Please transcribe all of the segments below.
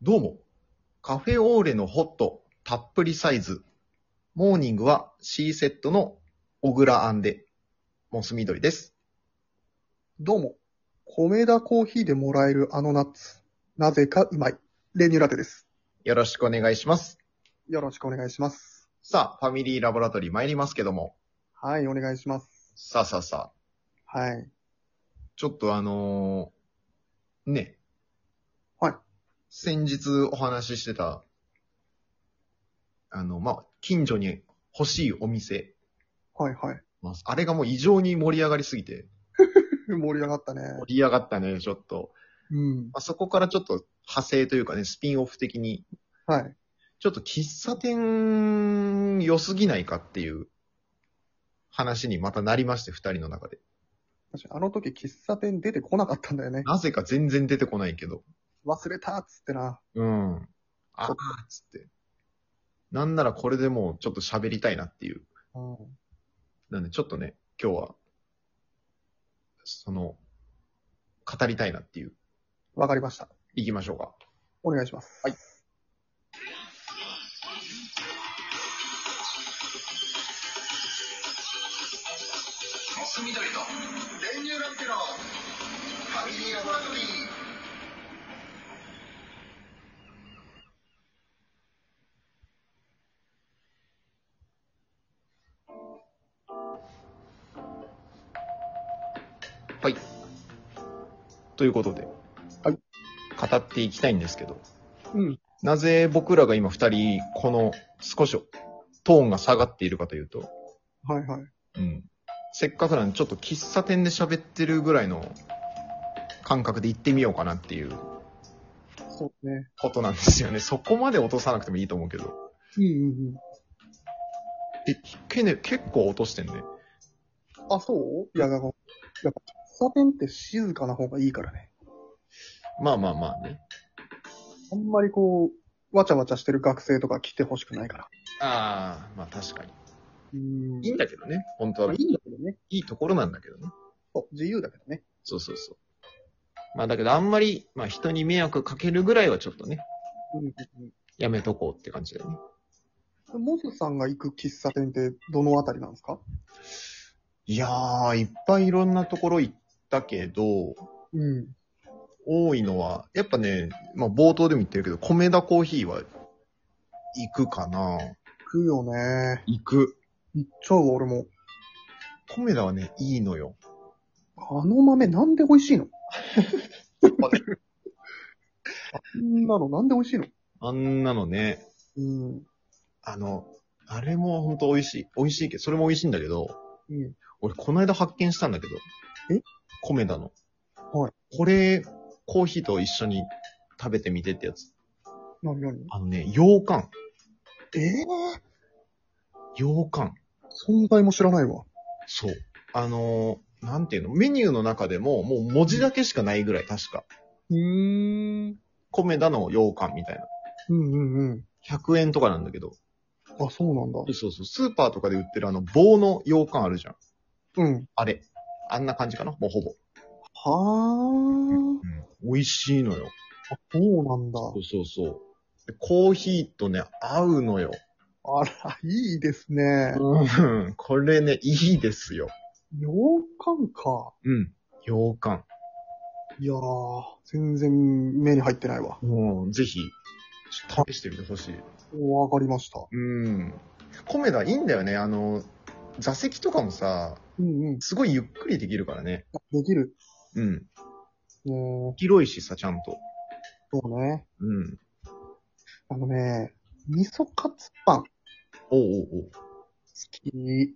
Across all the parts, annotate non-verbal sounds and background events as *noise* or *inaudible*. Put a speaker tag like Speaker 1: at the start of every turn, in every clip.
Speaker 1: どうも。カフェオーレのホット、たっぷりサイズ。モーニングは C セットの小倉あんで、モス緑です。
Speaker 2: どうも。米田コーヒーでもらえるあのナッツ。なぜかうまい。レニューラテです。
Speaker 1: よろしくお願いします。
Speaker 2: よろしくお願いします。
Speaker 1: さあ、ファミリーラボラトリー参りますけども。
Speaker 2: はい、お願いします。
Speaker 1: さあさあさあ、
Speaker 2: はい。
Speaker 1: ちょっとあのー、ね。
Speaker 2: はい。
Speaker 1: 先日お話ししてた、あの、まあ、近所に欲しいお店。
Speaker 2: はい、はい。
Speaker 1: まああれがもう異常に盛り上がりすぎて、
Speaker 2: 盛り上がったね。
Speaker 1: 盛り上がったね、ちょっと。
Speaker 2: うん。
Speaker 1: まあ、そこからちょっと派生というかね、スピンオフ的に、
Speaker 2: はい。
Speaker 1: ちょっと喫茶店良すぎないかっていう話にまたなりまして、二人の中で。
Speaker 2: 私あの時喫茶店出てこなかったんだよね。
Speaker 1: なぜか全然出てこないけど。
Speaker 2: 忘れたっつってな。
Speaker 1: うん。あ
Speaker 2: そ
Speaker 1: ー
Speaker 2: っ
Speaker 1: っつって。なんならこれでもうちょっと喋りたいなっていう。
Speaker 2: うん。
Speaker 1: なんでちょっとね、今日は、その、語りたいなっていう。
Speaker 2: わかりました。
Speaker 1: 行きましょうか。
Speaker 2: お願いします。
Speaker 1: はい。
Speaker 3: モス緑の練乳ラテのファミリーラボラトリー。
Speaker 1: はい。ということで。
Speaker 2: はい
Speaker 1: 語っていきたいんですけど。
Speaker 2: うん。
Speaker 1: なぜ僕らが今二人、この少しトーンが下がっているかというと、
Speaker 2: はい、はい。
Speaker 1: うん。せっかくなんでちょっと喫茶店で喋ってるぐらいの感覚で行ってみようかなっていう
Speaker 2: そうね。
Speaker 1: ことなんですよ *laughs* ね。そこまで落とさなくてもいいと思うけど。
Speaker 2: うん、うん、
Speaker 1: え、けね、結構落としてんね。
Speaker 2: うん。あ、そういや、だから、やっぱ喫茶店って静かな方がいいからね。
Speaker 1: まあまあまあね。
Speaker 2: あんまりこう、わちゃわちゃしてる学生とか来てほしくないから。
Speaker 1: ああ、まあ確かに。
Speaker 2: うん
Speaker 1: いいんだけどね。本当
Speaker 2: ま
Speaker 1: は
Speaker 2: あい
Speaker 1: い
Speaker 2: いんだけどね。
Speaker 1: いところなんだけどね。
Speaker 2: そう自由だけどね。
Speaker 1: そうそうそう。まあだけどあんまり、まあ人に迷惑かけるぐらいはちょっとね、
Speaker 2: うんうん
Speaker 1: やめとこうって感じだよね。
Speaker 2: うん。モスさんが行く喫茶店ってどのあたりなんですか
Speaker 1: いやー、いっぱいいろんなところ行ったけど、
Speaker 2: うん。
Speaker 1: 多いのは、やっぱね、まあ冒頭でも言ってるけど、米田コーヒーは行くかな
Speaker 2: 行くよね。
Speaker 1: 行く。
Speaker 2: 行っちゃうわ、俺も。
Speaker 1: 米田はね、いいのよ。
Speaker 2: あの豆なんで美味しいのあんなのなんで美味しいの
Speaker 1: あんなのね、
Speaker 2: うん。
Speaker 1: あの、あれもほんと美味しい。美味しいけど、それも美味しいんだけど、
Speaker 2: うん。
Speaker 1: 俺この間発見したんだけど。
Speaker 2: え
Speaker 1: 米田の。。
Speaker 2: はい
Speaker 1: これ、コーヒーと一緒に食べてみてってやつ。
Speaker 2: なになに
Speaker 1: あのね、羊羹。
Speaker 2: えー、
Speaker 1: 羊羹。
Speaker 2: 存在も知らないわ。
Speaker 1: そう。あのーなんていうのメニューの中でも、もう文字だけしかないぐらい、確か。
Speaker 2: うーん。
Speaker 1: 米田の羊羹みたいな。
Speaker 2: うんうんうん。
Speaker 1: 100円とかなんだけど。
Speaker 2: あ、そうなんだ。
Speaker 1: そうそう。スーパーとかで売ってるあの棒の羊羹あるじゃん。
Speaker 2: うん。
Speaker 1: あれ。あんな感じかなもうほぼ。
Speaker 2: はあ。
Speaker 1: うん。美味しいのよ。
Speaker 2: そうなんだ。
Speaker 1: そうそうそう。でコーヒーとね、合うのよ。
Speaker 2: あら、いいですね。
Speaker 1: うん、これね、いいですよ。
Speaker 2: 洋館か。
Speaker 1: うん。洋館。
Speaker 2: いやー、全然目に入ってないわ。
Speaker 1: もうん、ぜひ、ちょっと試してみてほしい。
Speaker 2: わかりました。
Speaker 1: うん。コメダいいんだよね。あの、座席とかもさ、
Speaker 2: うんうん。
Speaker 1: すごいゆっくりできるからね。
Speaker 2: できる。
Speaker 1: うん。
Speaker 2: ねー
Speaker 1: 広いしさ、ちゃんと。
Speaker 2: そうね。
Speaker 1: うん。
Speaker 2: あのね、味噌カツパン好
Speaker 1: おうおうおう。
Speaker 2: き。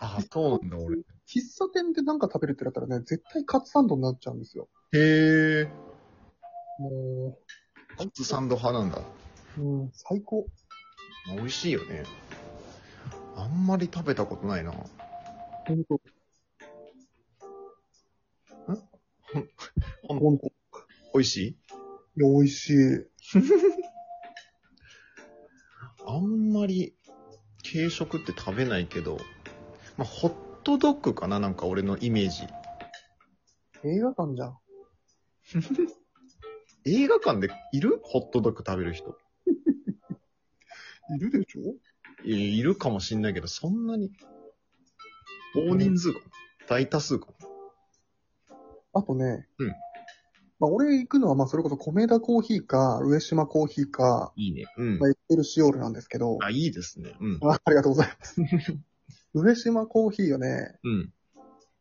Speaker 1: あ、そうなんだ、俺。
Speaker 2: 喫茶店でなんか食べるってなったらね、絶対カツサンドになっちゃうんですよ。
Speaker 1: へえ。
Speaker 2: も
Speaker 1: カツサンド派なんだ。
Speaker 2: う、うん、最高。
Speaker 1: まあ美味しいよね。あんまり食べたことないな。ん
Speaker 2: ほんと、
Speaker 1: ほん
Speaker 2: ほんと。い
Speaker 1: 美味しい
Speaker 2: や、美味しい。
Speaker 1: あんまり軽食って食べないけど、まあ、ホットドッグかななんか俺のイメージ。
Speaker 2: 映画館じゃん。
Speaker 1: 映画館でいるホットドッグ食べる人。
Speaker 2: いるでしょ
Speaker 1: いやいるかもしんないけど、そんなに。大人数かな、大多数かな
Speaker 2: あとね、
Speaker 1: うん
Speaker 2: まあ、俺行くのは、まあ、それこそ、米田コーヒーか、上島コーヒーか、
Speaker 1: いいね。うん
Speaker 2: ま。あ、エッテルシオールなんですけど、
Speaker 1: あ、いいですね。うん。
Speaker 2: あありがとうござい
Speaker 1: *laughs*
Speaker 2: ます。上島コーヒーはね、
Speaker 1: うん。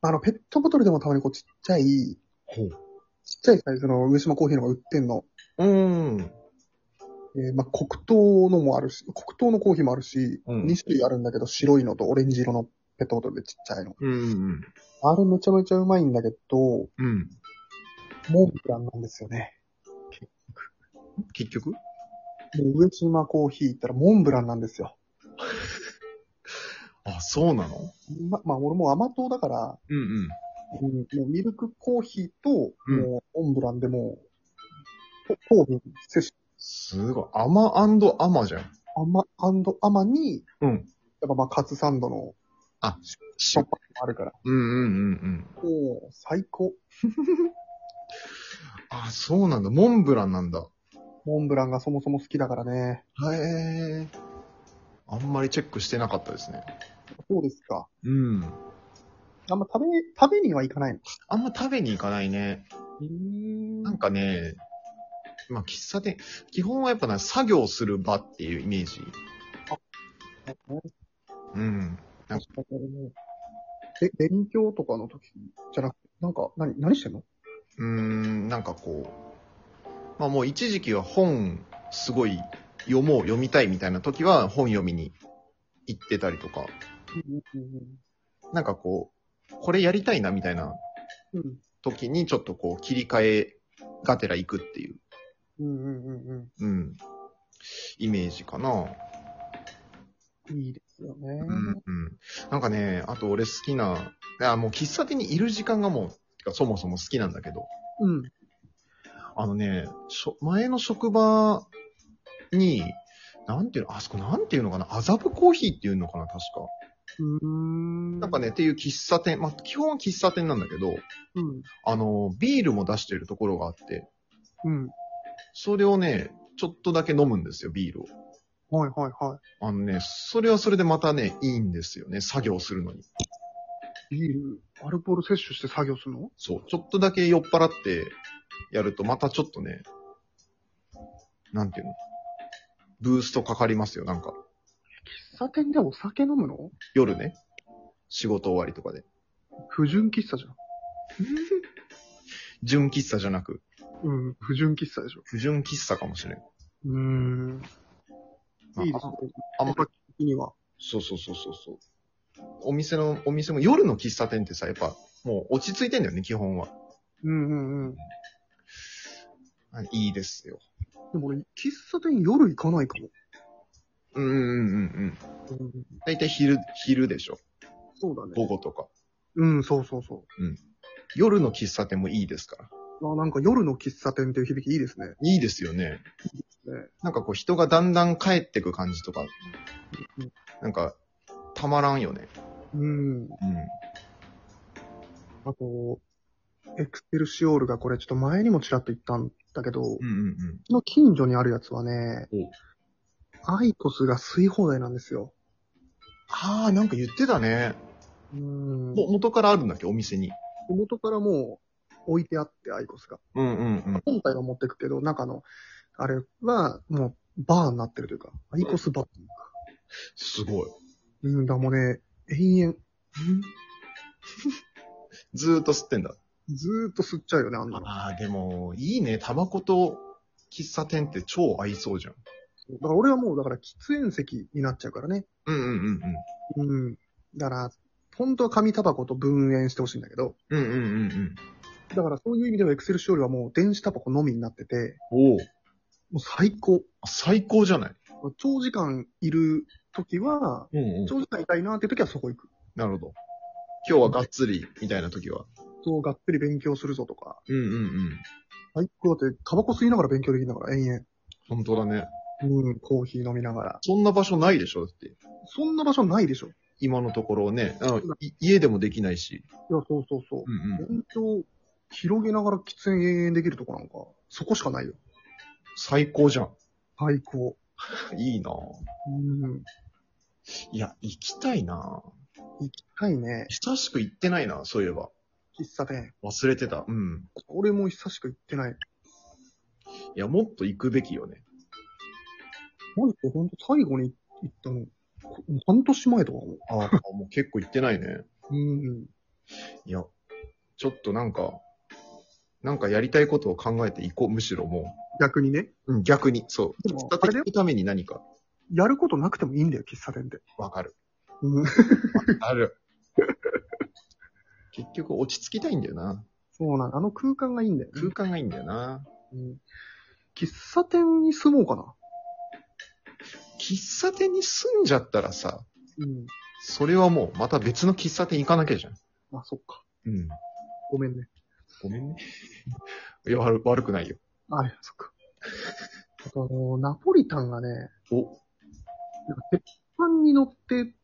Speaker 2: あの、ペットボトルでもたまにこう、ちっちゃい、ちっ
Speaker 1: ほう。
Speaker 2: ちゃいサイズの上島コーヒーのが売ってんの。
Speaker 1: うーん。
Speaker 2: えーまあ、黒糖のもあるし、黒糖のコーヒーもあるし、
Speaker 1: うん
Speaker 2: 2種類あるんだけど、白いのとオレンジ色のペットボトルでちっちゃいの。
Speaker 1: うんうん。
Speaker 2: あれめちゃめちゃうまいんだけど、
Speaker 1: うん。
Speaker 2: モンブランなんですよね。
Speaker 1: 結局
Speaker 2: もう上島コーヒー行ったらモンブランなんですよ。
Speaker 1: あ、そうなの
Speaker 2: ま、まあ、俺もう甘党だから、
Speaker 1: うんうん。
Speaker 2: うん、もうミルクコーヒーと、
Speaker 1: うん
Speaker 2: もうモンブランでもう、と糖分摂取、
Speaker 1: すごい。甘甘じゃん。
Speaker 2: 甘甘に、
Speaker 1: うん。
Speaker 2: やっぱまあ、カツサンドのしょっぱさもあるから、
Speaker 1: うんうんうんうん。
Speaker 2: もう最高。
Speaker 1: あ、そうなんだ。モンブランなんだ。
Speaker 2: モンブランがそもそも好きだからね。
Speaker 1: へえ。あんまりチェックしてなかったですね。
Speaker 2: そうですか。
Speaker 1: うん。
Speaker 2: あんま食べ、食べにはいかないの。
Speaker 1: あんま食べに行かないね。
Speaker 2: うん
Speaker 1: なんかね、まあ喫茶店、基本はやっぱな、作業する場っていうイメージ。うん。
Speaker 2: 確かにねえ、勉強とかの時じゃなくて、なんか、何、何してんの
Speaker 1: うーん、なんかこう、まあもう一時期は本すごい読もう、読みたいみたいな時は本読みに行ってたりとか、なんかこう、これやりたいなみたいな
Speaker 2: うん。
Speaker 1: 時にちょっとこう切り替えがてら行くっていう、
Speaker 2: うんうんうん
Speaker 1: うん、イメージかな。
Speaker 2: うん。いいですよね。
Speaker 1: うんうんなんかね、あと俺好きな、あもう喫茶店にいる時間がもう、てかそもそも好きなんだけど、
Speaker 2: うん。
Speaker 1: あのね、しょ前の職場に、なんていうの、あそこなんていうのかな、麻布コーヒーっていうのかな、確か。
Speaker 2: うん。
Speaker 1: なんかね、っ、ていう喫茶店、まあ、基本は喫茶店なんだけど、
Speaker 2: うん。
Speaker 1: あの、ビールも出してるところがあって、
Speaker 2: うん。
Speaker 1: それをね、ちょっとだけ飲むんですよ、ビールを。
Speaker 2: はいはいは
Speaker 1: あのね、それはそれでまたね、いいんですよね、作業するのに。
Speaker 2: い。ビール、アルコール摂取して作業するの
Speaker 1: そう、ちょっとだけ酔っ払ってやると、またちょっとね、なんていうのブーストかかりますよ、なんか。
Speaker 2: 喫茶店でお酒飲むの
Speaker 1: 夜ね。仕事終わりとかで。
Speaker 2: 不純喫茶じゃん。
Speaker 1: 純喫茶じゃなく、
Speaker 2: うん、不純喫茶でしょ。
Speaker 1: 不純喫茶かもしれん。
Speaker 2: うーん。いいですね。
Speaker 1: あんま
Speaker 2: やっぱ的には。
Speaker 1: そうそうそうそうそう。お店の、お店も、夜の喫茶店ってさ、やっぱ、もう落ち着いてんだよね、基本は。
Speaker 2: うんうんうん。
Speaker 1: あいいですよ。
Speaker 2: でも俺、喫茶店夜行かないかも。
Speaker 1: うんうんうんうん。
Speaker 2: うん、
Speaker 1: だいたい昼、昼でしょ。
Speaker 2: そうだね。
Speaker 1: 午後とか。
Speaker 2: うん、そうそうそ
Speaker 1: 夜の喫茶店もいいですから。
Speaker 2: う。あなんか夜の喫茶店っていう響きいいですね。
Speaker 1: いいですよね。
Speaker 2: ね
Speaker 1: なんかこう人がだんだん帰ってく感じとか
Speaker 2: うん、
Speaker 1: なんか、たまらんよね。
Speaker 2: うん。
Speaker 1: うん。
Speaker 2: あと、エクセルシオールがこれちょっと前にもちらっと言ったんだけど、う
Speaker 1: うんうんうん。
Speaker 2: ちの近所にあるやつはね
Speaker 1: お、
Speaker 2: アイコスが吸い放題なんですよ。
Speaker 1: ああ、なんか言ってたね。
Speaker 2: うん。
Speaker 1: も元からあるんだっけお店に。
Speaker 2: 元からもう置いてあって、アイコスが。
Speaker 1: うんうんうん。
Speaker 2: 本体は持ってくけど、中の、あれはもうバーになってるというか、アイコスバーっていうか。
Speaker 1: すごい。
Speaker 2: うんだ、もうね、延々、
Speaker 1: ずーっと吸ってんだ。
Speaker 2: ずーっと吸っちゃうよね、あんなの。
Speaker 1: ああ、でも、いいね。タバコと喫茶店って超合いそうじゃん。
Speaker 2: だから俺はもう、だから喫煙席になっちゃうからね。
Speaker 1: うんうんうんうん。
Speaker 2: うん。だから、本当は紙タバコと分煙してほしいんだけど、
Speaker 1: うんうんうん
Speaker 2: だからそういう意味ではエクセル勝利はもう電子タバコのみになってて、
Speaker 1: うん。おお。
Speaker 2: もう最高。
Speaker 1: 最高じゃない。
Speaker 2: 長時間いる時は、
Speaker 1: うん
Speaker 2: 長時間いたいなっていう時はそこ行く。
Speaker 1: なるほど。今日はがっつり、みたいな時は。
Speaker 2: そう、がっつり勉強するぞとか。
Speaker 1: うんうんうん。
Speaker 2: 最高だって、タバコ吸いながら勉強できるんだから、延
Speaker 1: 本当だね。
Speaker 2: 々。うん、コーヒー飲みながら。
Speaker 1: そんな場所ないでしょだって。
Speaker 2: そんな場所ないでしょ。い
Speaker 1: 今のところね。あのい家でもできないし。
Speaker 2: や、そうそうそう。
Speaker 1: うん
Speaker 2: 勉強広げながら喫煙延々できるとこなんか、そこしかないよ。
Speaker 1: 最高じゃん。
Speaker 2: 最高。
Speaker 1: いいなぁ
Speaker 2: うん。
Speaker 1: いや、行きたいなぁ
Speaker 2: 行きたいね。
Speaker 1: 久しく行ってないなそういえば。
Speaker 2: 喫茶店。
Speaker 1: 忘れてた。うん。
Speaker 2: 俺も久しく行ってない。
Speaker 1: いや、もっと行くべきよね。
Speaker 2: マジでほんと最後に行ったの、こ半年前とかも。
Speaker 1: ああ、もう結構行ってないね。
Speaker 2: うん。
Speaker 1: いや、ちょっとなんか、なんかやりたいことを考えていこう、むしろも
Speaker 2: 逆にね。
Speaker 1: う。うん、逆に、そう。
Speaker 2: でも
Speaker 1: だっ
Speaker 2: あれだよ
Speaker 1: て、ために何か。
Speaker 2: やることなくてもいいんだよ、喫茶店で。
Speaker 1: わかる。
Speaker 2: うん。
Speaker 1: ある。結局落ち着きたいんだよな。
Speaker 2: そうなんあの空間がいいんだよ、ね
Speaker 1: 空間がいいんだよな。
Speaker 2: うん。喫茶店に住もうかな。
Speaker 1: 喫茶店に住んじゃったらさ、
Speaker 2: うん。
Speaker 1: それはもうまた別の喫茶店行かなきゃじゃん。
Speaker 2: あ、そっか。
Speaker 1: うん。
Speaker 2: ごめんね。
Speaker 1: ごめんね。いや、悪悪くないよ。
Speaker 2: あ、いやそっか。あとあの、ナポリタンがね、
Speaker 1: お、
Speaker 2: なんか鉄板に乗って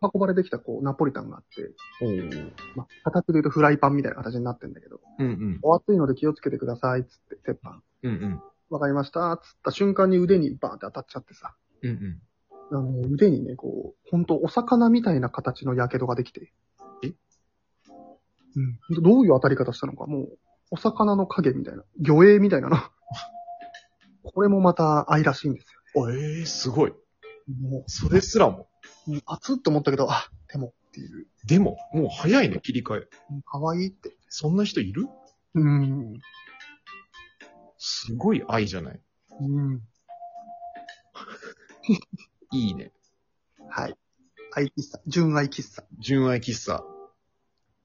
Speaker 2: 運ばれてきたこう、ナポリタンがあって、
Speaker 1: おうん
Speaker 2: まあ、形で言うとフライパンみたいな形になってんだけど、
Speaker 1: うん。
Speaker 2: お熱いので気をつけてください、つって、鉄板。
Speaker 1: うんうん。
Speaker 2: わかりました、つった瞬間に腕にバーンって当たっちゃってさ、
Speaker 1: うんうん。
Speaker 2: あの、腕にね、こう、ほんとお魚みたいな形の火傷ができて。
Speaker 1: え
Speaker 2: うん。ほんとどういう当たり方したのか、もう、お魚の影みたいな、魚影みたいなの。 *laughs* これもまた愛らしいんですよ。
Speaker 1: おええー、すごい。
Speaker 2: も
Speaker 1: それすらも。
Speaker 2: ううん、熱っと思ったけど、あ、でもっていう。
Speaker 1: でも、もう早いね、切り替え。
Speaker 2: うん可愛いって。
Speaker 1: そんな人いる
Speaker 2: うん。
Speaker 1: すごい愛じゃない。
Speaker 2: うん。
Speaker 1: いいね。
Speaker 2: はい。愛喫茶、純愛喫茶。
Speaker 1: 純愛喫茶。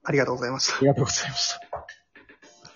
Speaker 2: ありがとうございました
Speaker 1: あ。りがとうございました。